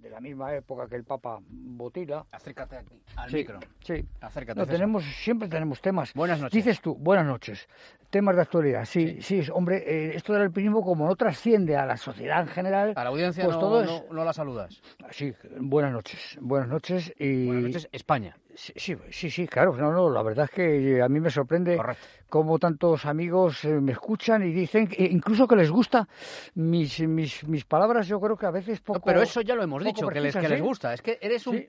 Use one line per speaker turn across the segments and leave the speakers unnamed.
la misma época que el Papa Botila.
Acércate aquí, al
Sí,
micro.
Sí.
Acércate.
No,
César.
tenemos, siempre tenemos temas.
Buenas noches.
Dices tú, buenas noches. Temas de actualidad. Sí, sí, es- hombre, eh, esto del alpinismo, como no trasciende a la sociedad en general.
A la audiencia
pues
no,
todo es-
no- no la saludas.
Sí, buenas noches. Buenas noches. Y...
Buenas noches, España.
Sí, sí, sí, sí, claro. No, no, la verdad es que eh, a mí me sorprende
Correcto.
cómo tantos amigos eh, me escuchan y dicen, que- incluso que les gusta mis, mis, mis palabras, yo creo que a veces poco...
No, pero eso ya lo hemos
poco
dicho, que les, que
precisas,
les
¿eh?
gusta. Es que eres un...
Sí.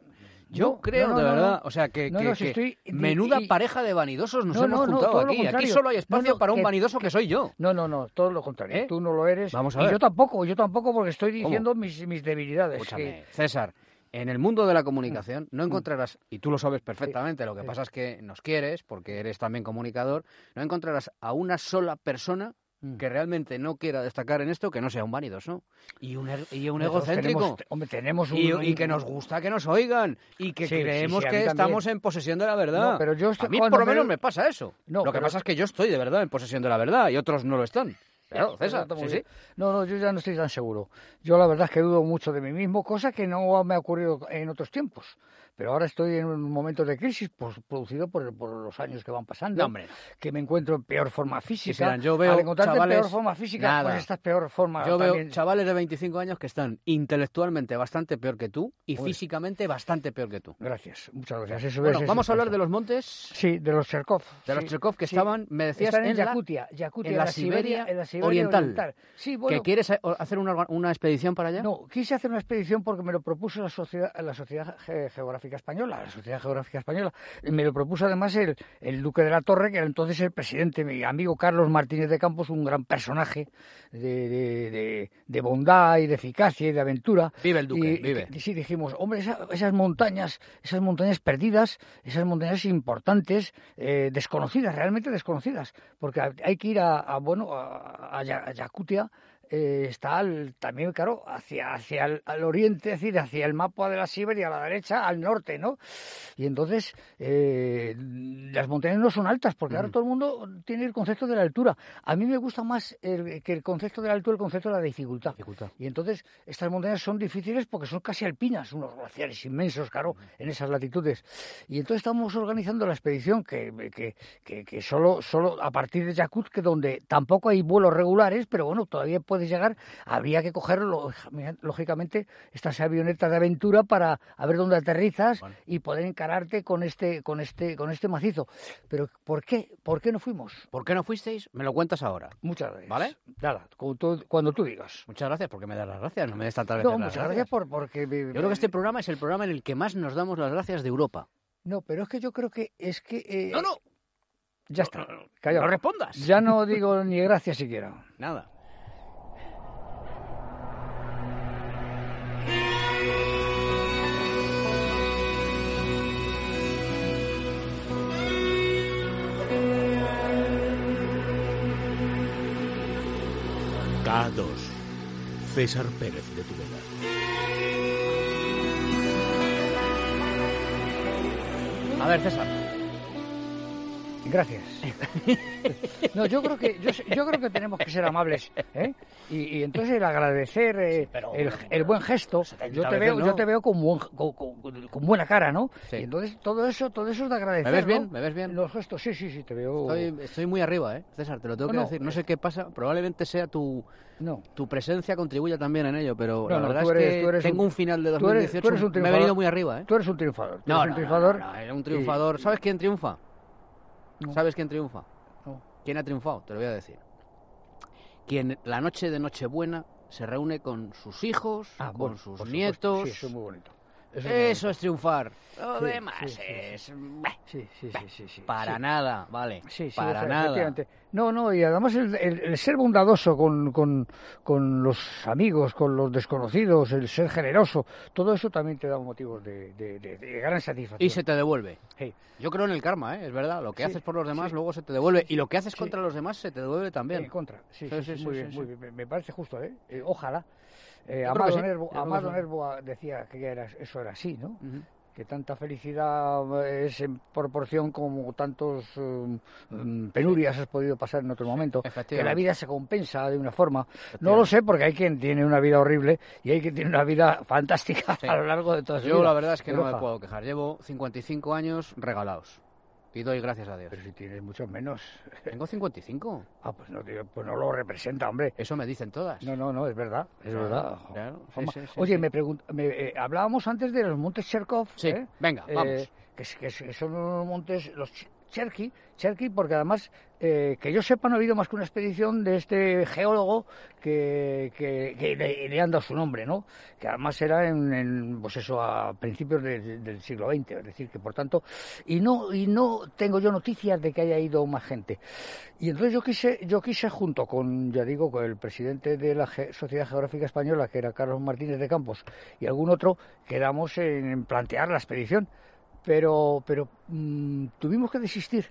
Yo
No,
creo,
no, no,
de
no,
verdad,
no.
o sea, que,
No,
que-
no, si
que
estoy- di-
menuda
y-
pareja de vanidosos nos
No,
hemos
no, no,
juntado
todo lo
aquí. Aquí
contrario.
solo hay espacio
No, no,
para un
que-
vanidoso que,
que-
soy yo.
No, no, no, todo lo contrario.
¿Eh?
Tú no lo eres.
Vamos a
y
ver.
yo tampoco, yo tampoco, porque estoy
¿Cómo? Pues
diciendo mis, mis debilidades.
Escúchame,
pues que-
César, en el mundo de la comunicación no encontrarás, y tú lo sabes perfectamente, lo que
sí.
pasa es que nos quieres, porque eres también comunicador, no encontrarás a una sola persona
Mm.
que realmente no quiera destacar en esto que no sea un vanidoso y un, er- y un
Nosotros
egocéntrico.
Tenemos, hombre, tenemos un...
Y, y que nos gusta que nos oigan y que
Sí, sí,
creemos
sí, a mí
que
también.
estamos en posesión de la verdad.
No, pero yo estoy-
a mí
cuando
por lo
me-
menos me pasa eso.
No,
lo que
pero-
pasa es que yo estoy de verdad en posesión de la verdad y otros no lo están. Claro,
Eso
César,
está muy
sí,
bien.
sí.
No, no, yo ya no estoy tan seguro. Yo la verdad es que dudo mucho de mí mismo, cosa que no me ha ocurrido en otros tiempos. Pero ahora estoy en un momento de crisis pues, producido por, por los años que van pasando.
No, hombre.
Que me encuentro en peor forma física.
serán? Yo veo
Al encontrarte en peor
chavales-
forma física,
nada.
pues estás peor forma
Yo veo
también.
chavales de 25 años que están intelectualmente bastante peor que tú y
Joder.
físicamente bastante peor que tú.
Gracias, muchas gracias. Pues Eso
Bueno,
es-
vamos
eso
a hablar
es.
de los montes,
Sí, de los Cherkov.
de los
sí,
Cherkov que
sí.
estaban, me decías,
Están en,
la-
Yakutia, Yakutia,
en la Siberia
en la Siberia
oriental.
Sí, bueno,
¿Que quieres ha- hacer una, orga- una expedición para allá?
No, quise hacer una expedición porque me lo propuso la Sociedad, la sociedad Ge- Geográfica Española, la Sociedad Geográfica Española. Y me lo propuso además el, el Duque de la Torre, que era entonces el presidente, mi amigo Carlos Martínez de Campos, un gran personaje de, de- de- de bondad y de eficacia y de aventura.
Vive el Duque,
Y- y
vive.
que- sí, dijimos, hombre, esa- esas montañas, esas montañas perdidas, esas montañas importantes, eh, desconocidas, realmente desconocidas, porque hay que ir a, a, bueno, a, a Ya- a Yakutia, eh, está al- también, claro, hacia, hacia el al oriente, es decir, hacia el mapa de la Siberia, a la derecha, al norte, ¿no? Y entonces eh, las montañas no son altas, porque
Mm.
ahora todo el mundo tiene el concepto de la altura. A mí me gusta más el- que el concepto de la altura, el concepto de la dificultad.
Dificultad.
Y entonces estas montañas son difíciles porque son casi alpinas, unos glaciares inmensos, claro, en esas latitudes. Y entonces estamos organizando la expedición que, que, que, que solo, solo a partir de Yakut, que donde tampoco hay vuelos regulares, pero bueno, todavía puedes llegar, habría que coger lo- lógicamente estas avionetas de aventura para a ver dónde aterrizas
Bueno.
y poder encararte con este, con este, con este macizo. Pero ¿por qué? ¿Por qué no fuimos?
¿Por qué no fuisteis? Me lo cuentas ahora.
Muchas gracias.
¿Vale?
Nada, cuando tú- cuando tú digas.
Muchas gracias, porque me das las gracias, no me des tantas veces
No,
las
muchas gracias por, porque... me-
Yo creo que este programa es el programa en el que más nos damos las gracias de Europa.
No, pero es que yo creo que es que... eh,
No, no,
Ya está,
no, no,
callado.
no respondas.
Ya no digo ni gracias siquiera.
Nada.
K2. César Pérez de Tudela.
A ver, César.
Gracias. No, yo creo que yo, sé- yo creo que tenemos que ser amables, ¿eh? Y, y entonces el agradecer eh,
Sí, pero-
el,
pero-
el buen gesto.
70
Yo te
veces
veo,
no.
yo te veo con, buen- con, con- con buena cara, ¿no?
Sí.
Y entonces todo eso, todo eso es de agradecer.
¿Me ves bien?
¿no?
¿Me ves bien?
Los gestos, sí, sí, sí, te veo.
Estoy, estoy muy arriba, ¿eh? César, te lo tengo
No,
que
no,
decir. No sé qué pasa. Probablemente sea tu,
No.
tu presencia contribuya también en ello, pero la
No, no,
verdad
tú eres-
es
tú
que
eres
tengo
un-
un, final de
tú eres-
2018.
tú eres un
me he
triunfador.
venido muy arriba, ¿eh?
Tú eres un triunfador. tú
No,
eres
no,
un triunfador.
no, no, eres
y-
un triunfador. ¿Sabes quién triunfa?
No.
¿Sabes quién triunfa?
No.
¿Quién ha triunfado? Te lo voy a decir. Quien la noche de Nochebuena se reúne con sus hijos,
Ah,
con
bueno,
sus
por supuesto,
nietos.
Sí, eso es muy bonito.
Eso,
muy bonito.
es triunfar. Lo
Sí,
demás
sí, sí, sí.
es. bah,
Sí, sí, sí, sí, sí.
Para
sí.
nada, vale.
Sí, sí,
para
efe-
nada.
efectivamente. No, no, y además el, el- el ser bondadoso con, con, con los amigos, con los desconocidos, el ser generoso, todo eso también te da motivos de, de- de- de gran satisfacción.
Y se te devuelve.
Sí.
Yo creo en el karma, ¿eh? es verdad. Lo que
Sí,
haces por los demás
sí.
luego se te devuelve. y lo que haces
sí.
contra los demás se te devuelve también.
En contra. Sí, sí,
Sí, sí,
sí,
sí,
muy
sí,
bien,
sí.
muy bien. Me- Me parece justo, ¿eh? Eh, ojalá. Eh,
creo que
Amado,
sí,
Nervo,
yo creo que
Amado
sí.
Nervo ah, decía que ya era- eso era así, ¿no?
Ujú.
que tanta felicidad eh, es en proporción como tantos eh, penurias has podido pasar en otro momento. Que la
Efectivamente.
vida se compensa de una forma. No lo sé porque hay quien tiene una vida horrible y hay quien tiene una vida fantástica
Sí.
a lo largo de toda su
Yo
vida.
la verdad es que no
Roja.
me puedo quejar. Llevo 55 años regalados. Y doy gracias a Dios.
Pero si tienes mucho menos.
¿Tengo 55?
Ah, pues no, tío, pues no lo representa, hombre.
Eso me dicen todas.
No, no, no, es verdad, es
Claro,
verdad.
claro, sí,
Juanma.
sí, sí,
Oye,
sí.
me pregunto, hablábamos antes de los montes Cherkov,
Sí,
¿eh?
venga,
Eh,
vamos.
que, s- que s- que son unos montes, los Ch- Cherqui, Cherqui, porque además, eh, que yo sepa, no ha habido más que una expedición de este geólogo que, que- que le, le han dado su nombre, ¿no? Que además era en, en, pues eso, a principios de- del siglo XX, es decir, que por tanto, y no, y no tengo yo noticias de que haya ido más gente. Y entonces yo quise, yo quise junto con, ya digo, con el presidente de la Ge- Sociedad Geográfica Española, que era Carlos Martínez de Campos, y algún otro, quedamos en, en plantear la expedición. Pero, pero mm, tuvimos que desistir,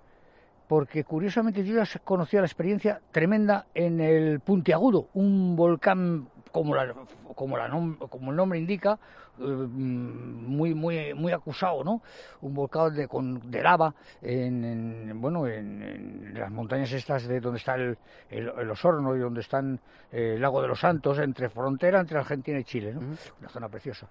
porque curiosamente yo ya se- conocía la experiencia tremenda en el Puntiagudo, un volcán como la como la nom- como el nombre indica eh, mm, muy muy muy acusado no un volcán de, con- de lava en, en- bueno en, en las montañas estas de donde está el, el, el Osorno y donde están eh, el lago de los Santos entre frontera entre Argentina y Chile ¿no?
Ujú.
una zona preciosa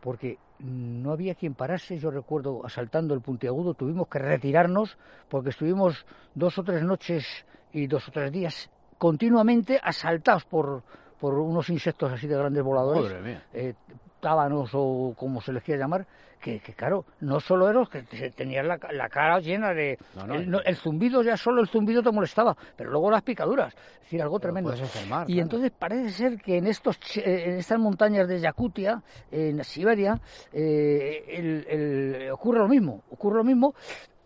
porque no había quien parase. Yo recuerdo asaltando el puntiagudo, tuvimos que retirarnos porque estuvimos dos o tres noches y dos o tres días continuamente asaltados por, por unos insectos así de grandes voladores
Madre mía.
eh, tábanos o como se les quiera llamar, que, que claro, no solo eros, que se tenían la, ca- la cara llena de...
No, eh, no,
el,
y-
eh, no, el zumbido, ya solo el zumbido te molestaba, pero luego las picaduras, es decir, algo
Pero
tremendo.
puedes enfermar,
y
claro.
entonces parece ser que en, estos, ch- eh, en estas montañas de Yakutia, en Siberia, eh, el- el- ocurre lo mismo, ocurre lo mismo.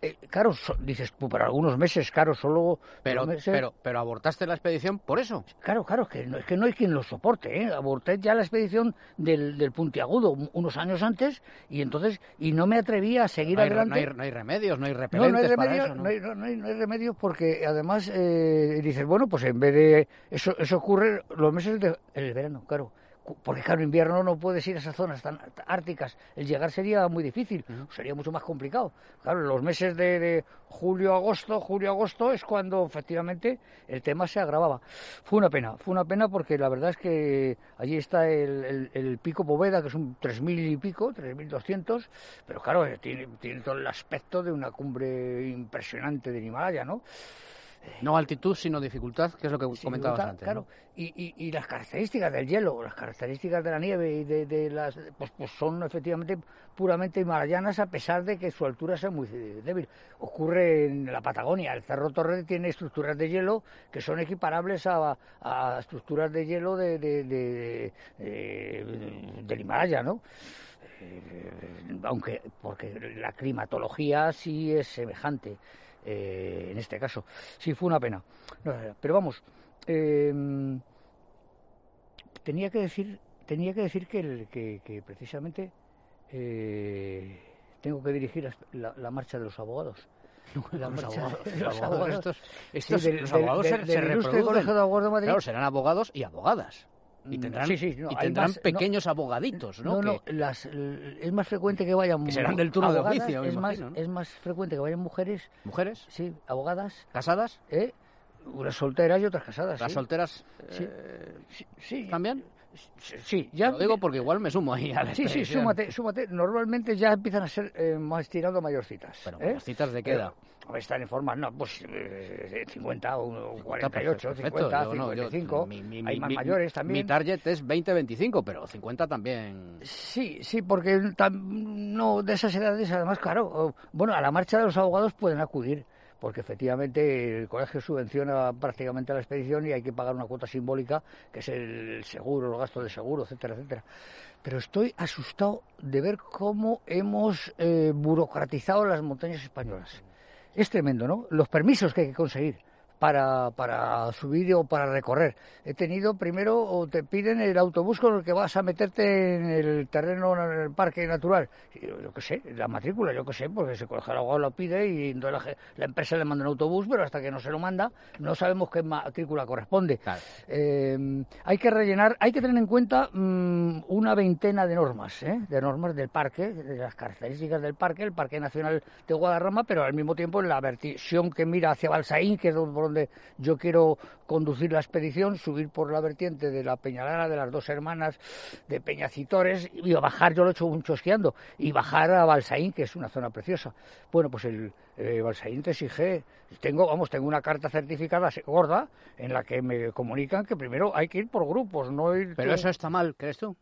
eh, claro, so- dices, "Pues para algunos meses, claro, solo...
Pero,
meses".
pero, pero abortaste la expedición por eso.
Claro, claro, que no, es que no hay quien lo soporte. ¿eh? Aborté ya la expedición del, del Puntiagudo un- unos años antes y entonces y no me atreví a seguir
No hay, no
adelante.
hay- no hay remedios, no hay
No, no hay
repelentes para
remedio,
eso. ¿no?
no hay- no- no hay- no hay remedio porque además eh, dices, bueno, pues en vez de eso, eso ocurre los meses de el verano, claro. Cu- Porque claro, invierno no puedes ir a esas zonas tan tan árticas. El llegar sería muy difícil,
Ujú.
sería mucho más complicado. Claro, en los meses de, de julio, agosto, julio, agosto es cuando efectivamente el tema se agravaba. Fue una pena, fue una pena porque la verdad es que allí está el, el- el pico Poveda, que es un 3.000 y pico, 3.200, pero claro, eh, tiene, tiene todo el aspecto de una cumbre impresionante del Himalaya, ¿no?
No altitud, sino dificultad, que es lo que
Sin
comentabas
duda,
antes.
Claro,
¿no?
y, y- y las características del hielo, las características de la nieve y de, de las. Pues, pues son efectivamente puramente himalayanas, a pesar de que su altura sea muy débil. Ocurre en la Patagonia, el Cerro Torre tiene estructuras de hielo que son equiparables a, a estructuras de hielo de, de- de- de- del Himalaya, ¿no? Eh, aunque porque la climatología sí es semejante eh, en este caso. Sí, fue una pena. No, no, no, pero vamos, eh, tenía que decir, tenía que decir que, el- que- que precisamente eh, tengo que dirigir las- la, la marcha de los abogados. La
Los
marcha
abogados,
de
los abogados estos- estos-
del-
los
del-
abogados
del-
se, se
del Ilustre
reproducen.
Colegio de Abogados de Madrid.
Claro, serán abogados y abogadas. Y
Mm,
tendrán,
sí, sí, no,
y
hay
tendrán
más, no.
pequeños abogaditos, ¿no?
No, no,
Que-
las- l- es más frecuente que vayan
Que serán del turno de
abogadas,
oficio, me
es más,
imagino, ¿no?
es más frecuente que vayan mujeres,
¿Mujeres?
sí, abogadas,
¿Casadas?
¿eh? unas solteras y otras casadas.
¿Las
sí.
solteras
Sí.
eh,
Sí, sí,
también?
sí, sí, ya
Lo digo porque igual me sumo ahí a la
Sí, sí,
expedición.
súmate, súmate. Normalmente ya empiezan a ser eh, más tirando a mayorcitas.
Pero
¿eh?
citas de queda.
Pero, a ver, están en forma, no, pues eh, 50 o 48,
perfecto, pues, perfecto.
50,
Yo no, yo-
55.
mi- mi-
Hay
mi-
más
mi-
mayores también.
Mi target es 20-25, pero 50 también.
Sí, sí, porque tam- no de esas edades, además, claro, o- bueno, a la marcha de los abogados pueden acudir, porque efectivamente el colegio subvenciona prácticamente la expedición y hay que pagar una cuota simbólica, que es el seguro, los gastos de seguro, etcétera, etcétera. Pero estoy asustado de ver cómo hemos eh, burocratizado las montañas españolas. Es tremendo, ¿no? Los permisos que hay que conseguir para, para subir o para recorrer. He tenido primero, o te piden el autobús con el que vas a meterte en el terreno, en el parque natural. Yo, yo qué sé, la matrícula, yo qué sé, porque si el abogado lo pide y entonces la, la empresa le manda un autobús, pero hasta que no se lo manda, no sabemos qué matrícula corresponde.
Claro.
Eh, hay que rellenar, hay que tener en cuenta mm, una veintena de normas, ¿eh? de normas del parque, de las características del parque, el Parque Nacional de Guadarrama, pero al mismo tiempo en la versión que mira hacia Balsaín, que es por donde yo quiero conducir la expedición, subir por la vertiente de la Peñalara de las dos hermanas de Peñacitores y bajar, yo lo he hecho mucho esquiando, y bajar a Balsaín, que es una zona preciosa. Bueno, pues el eh, Balsaín te exige, tengo, vamos, tengo una carta certificada gorda en la que me comunican que primero hay que ir por grupos, no ir...
Pero eso está mal, ¿crees tú?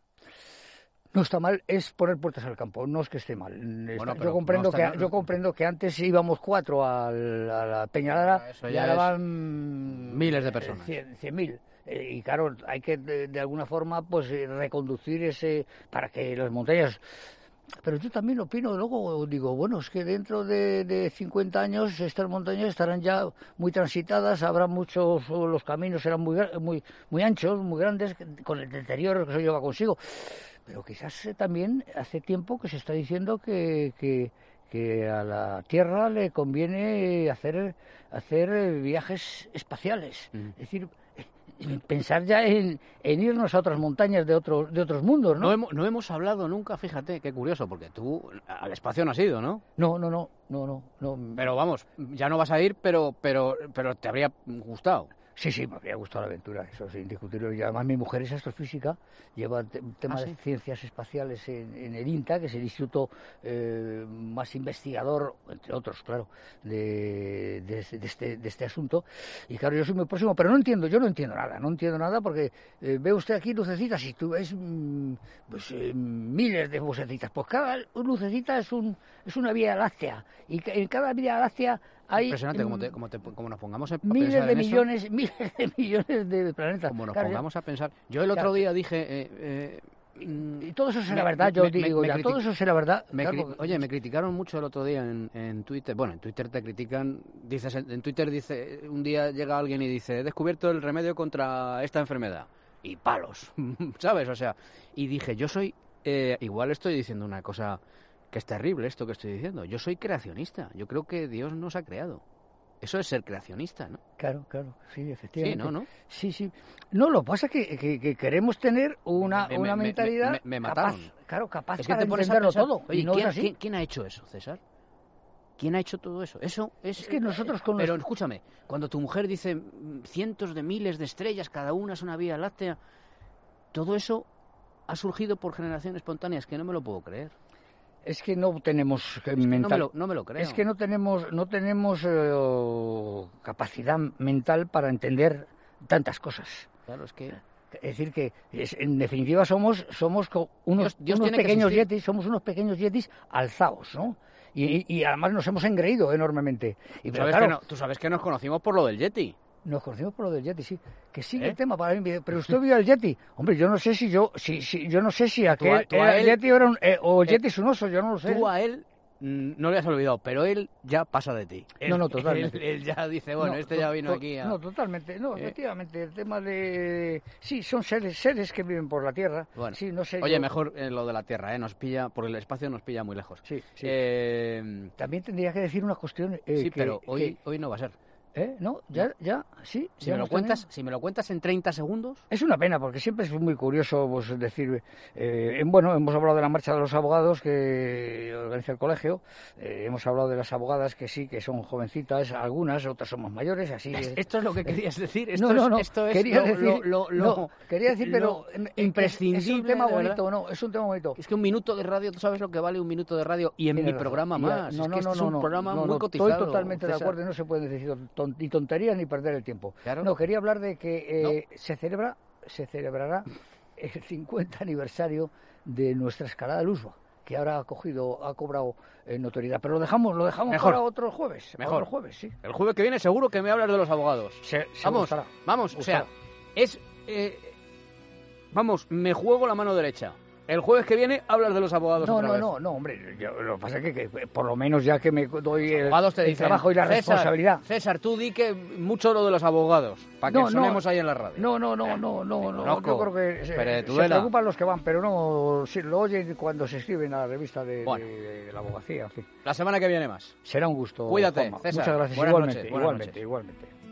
No está mal, es poner puertas al campo, no es que esté mal. Mm, Está-
pero
yo, comprendo
no
que,
está-
yo comprendo que antes íbamos cuatro al- a la Peñalara
Ah, eso
y
ya
ahora
es
van
miles de personas.
Cien, cien mil. Eh, y claro, hay que de, de alguna forma pues eh, reconducir ese para que las montañas pero yo también opino, luego digo, bueno, es que dentro de, de 50 años estas montañas estarán ya muy transitadas, habrá muchos, o los caminos serán muy, gra- muy, muy anchos, muy grandes, con el deterioro que eso lleva consigo. Pero quizás eh, también hace tiempo que se está diciendo que, que, que a la Tierra le conviene eh, hacer, hacer eh, viajes espaciales.
Mm.
Es decir, eh, pensar ya en, en irnos a otras montañas de, otros de otros mundos, ¿no?
No hemos, no hemos hablado nunca, fíjate, qué curioso, porque tú al espacio no has ido, ¿no?
No, no, no, no, no. no.
Pero vamos, ya no vas a ir, pero, pero, pero te habría gustado.
Sí, sí, me habría gustado la aventura, eso es indiscutible. Y además mi mujer es astrofísica, lleva te- temas
¿Ah, sí?
de ciencias espaciales en, en el INTA, que es el instituto eh, más investigador, entre otros, claro, de, de- de este, de este asunto. Y claro, yo soy muy próximo, pero no entiendo, yo no entiendo nada, no entiendo nada porque eh, ve usted aquí lucecitas y tú ves mm, pues, eh, miles de lucecitas. Pues cada lucecita es, un, es una vía láctea y ca- en cada vía láctea hay...
Impresionante, como,
mm,
te- como, te- como nos pongamos a
miles
pensar
de
en eso,
millones, miles de millones de planetas.
como nos
Claro, ya-
pongamos a pensar. Yo el otro
Claro.
día dije... eh, eh, mm,
y todo eso será
me-
verdad,
me-
yo
me-
digo
me
ya, todo
criti-
eso será verdad.
me
claro,
cri-
porque-
Oye, me criticaron mucho el otro día en, en Twitter. Bueno, en Twitter te critican. Dices, en en Twitter dice, un día llega alguien y dice, he descubierto el remedio contra esta enfermedad. Y palos, ¿sabes? O sea, y dije, yo soy, eh, igual estoy diciendo una cosa que es terrible esto que estoy diciendo. Yo soy creacionista. Yo creo que Dios nos ha creado. Eso es ser creacionista, ¿no?
claro, claro, sí,
Sí,
efectivamente.
¿no? ¿no?
Sí, sí. No, lo que pasa es que, que- que queremos tener una,
Me- me-
una
me- me-
mentalidad
me- me
capaz,
mataron.
claro, capaz
Es que
para
te pones a
entenderlo
pensar,
todo.
Oye,
y no
¿quién,
es así.
quién- quién ha hecho eso, César? ¿Quién ha hecho todo eso? Eso es,
Es que nosotros con
Pero
los-
escúchame, cuando tu mujer dice mm, cientos de miles de estrellas, cada una es una vía láctea, todo eso ha surgido por generación espontánea, es que no me lo puedo creer.
Es que no tenemos eh,
No me
mental.
lo, no me lo creo.
Es que no tenemos, no tenemos eh, capacidad mental para entender tantas cosas.
Claro, es que...
Es decir, que es- en definitiva somos, somos co- unos,
Dios- Dios
unos
tiene que
pequeños
existir.
yetis, somos unos pequeños yetis alzados, ¿no? Y, y- y además nos hemos engreído enormemente. Y
Tú
pero
sabes,
claro,
que no- tú sabes que nos conocimos por lo del Yeti.
nos conocimos por lo del Yeti, sí. Que sigue
¿Eh?
el tema para mí. Pero usted vio al Yeti. Hombre, yo no sé si yo, si, si- yo no sé si aquel
tú a
era
él-
el Yeti o era un- eh, o el
eh,
Yeti es un oso, yo no lo sé.
Tú a él mm, no le has olvidado, pero él ya pasa de ti. Él-
No, no, totalmente.
Él, él ya dice, bueno,
No,
este
to-
ya vino
to-
aquí a...
No, totalmente, no,
Eh.
efectivamente, el tema de... Sí, son seres, seres que viven por la Tierra.
Bueno,
sí, no sé
Oye,
yo-
mejor eh, lo de la Tierra, ¿eh? Nos pilla, por el espacio nos pilla muy lejos.
Sí, sí.
Eh,
También tendría que decir una cuestión... eh,
sí,
que-
pero
que-
hoy, hoy no va a ser.
¿Eh? No, ya, ya, sí.
Si
ya
me, lo
hemos tenido.
cuentas, si me lo cuentas en 30 segundos,
Es una pena, porque siempre es muy curioso pues, decir, eh, en- bueno, hemos hablado de la marcha de los abogados que organiza el colegio, eh, hemos hablado de las abogadas que sí, que son jovencitas, algunas, otras somos mayores, así... eh.
esto es lo que querías decir. Esto
no, no,
es,
no,
Esto es
quería
lo,
decir,
lo- lo-
no,
lo-
quería decir, pero
lo
en- es-
imprescindible.
es un tema
de verdad.
bonito, no, es un tema bonito.
Es que un minuto de radio, ¿tú sabes lo que vale un minuto de radio? Y en
Tiene
mi
razón.
programa
Y,
más.
eh, No, no,
es que este
no,
es un
no,
programa
no,
muy
no,
cotizado.
Estoy totalmente de
César.
acuerdo y no se pueden decir ton- ni tonterías ni perder el tiempo.
Claro.
No, quería hablar de que eh, se celebra, se celebrará el 50 aniversario de nuestra escalada al Usba, que ahora ha cogido, ha cobrado eh, notoriedad. Pero lo dejamos, lo dejamos
Mejor.
para otro jueves. para
Mejor.
otro jueves, sí.
El jueves que viene seguro que me hablas de los abogados.
Se- se
vamos,
gustará.
vamos, o sea,
Gustará.
es... eh, vamos, me juego la mano derecha. El jueves que viene hablas de los abogados
No,
otra
no,
vez.
no, no, hombre, yo- lo que pasa es que, que por lo menos ya que me doy el,
abogados te
el
dicen,
trabajo y la
"César,
responsabilidad.
César, tú di que mucho lo de los abogados, para que
No, no.
sonemos ahí en la radio.
No, no, no, no,
Te
no, no.
conozco,
Yo creo que se,
Pérez de
se
Tudela.
preocupan los que van, pero no si lo oyen cuando se escriben a la revista de,
Bueno.
de- de la abogacía. en fin.
La semana que viene más.
Será un gusto.
Cuídate,
Juanma.
César.
Muchas gracias.
Buenas
igualmente,
noches, buenas
igualmente,
noches.
igualmente.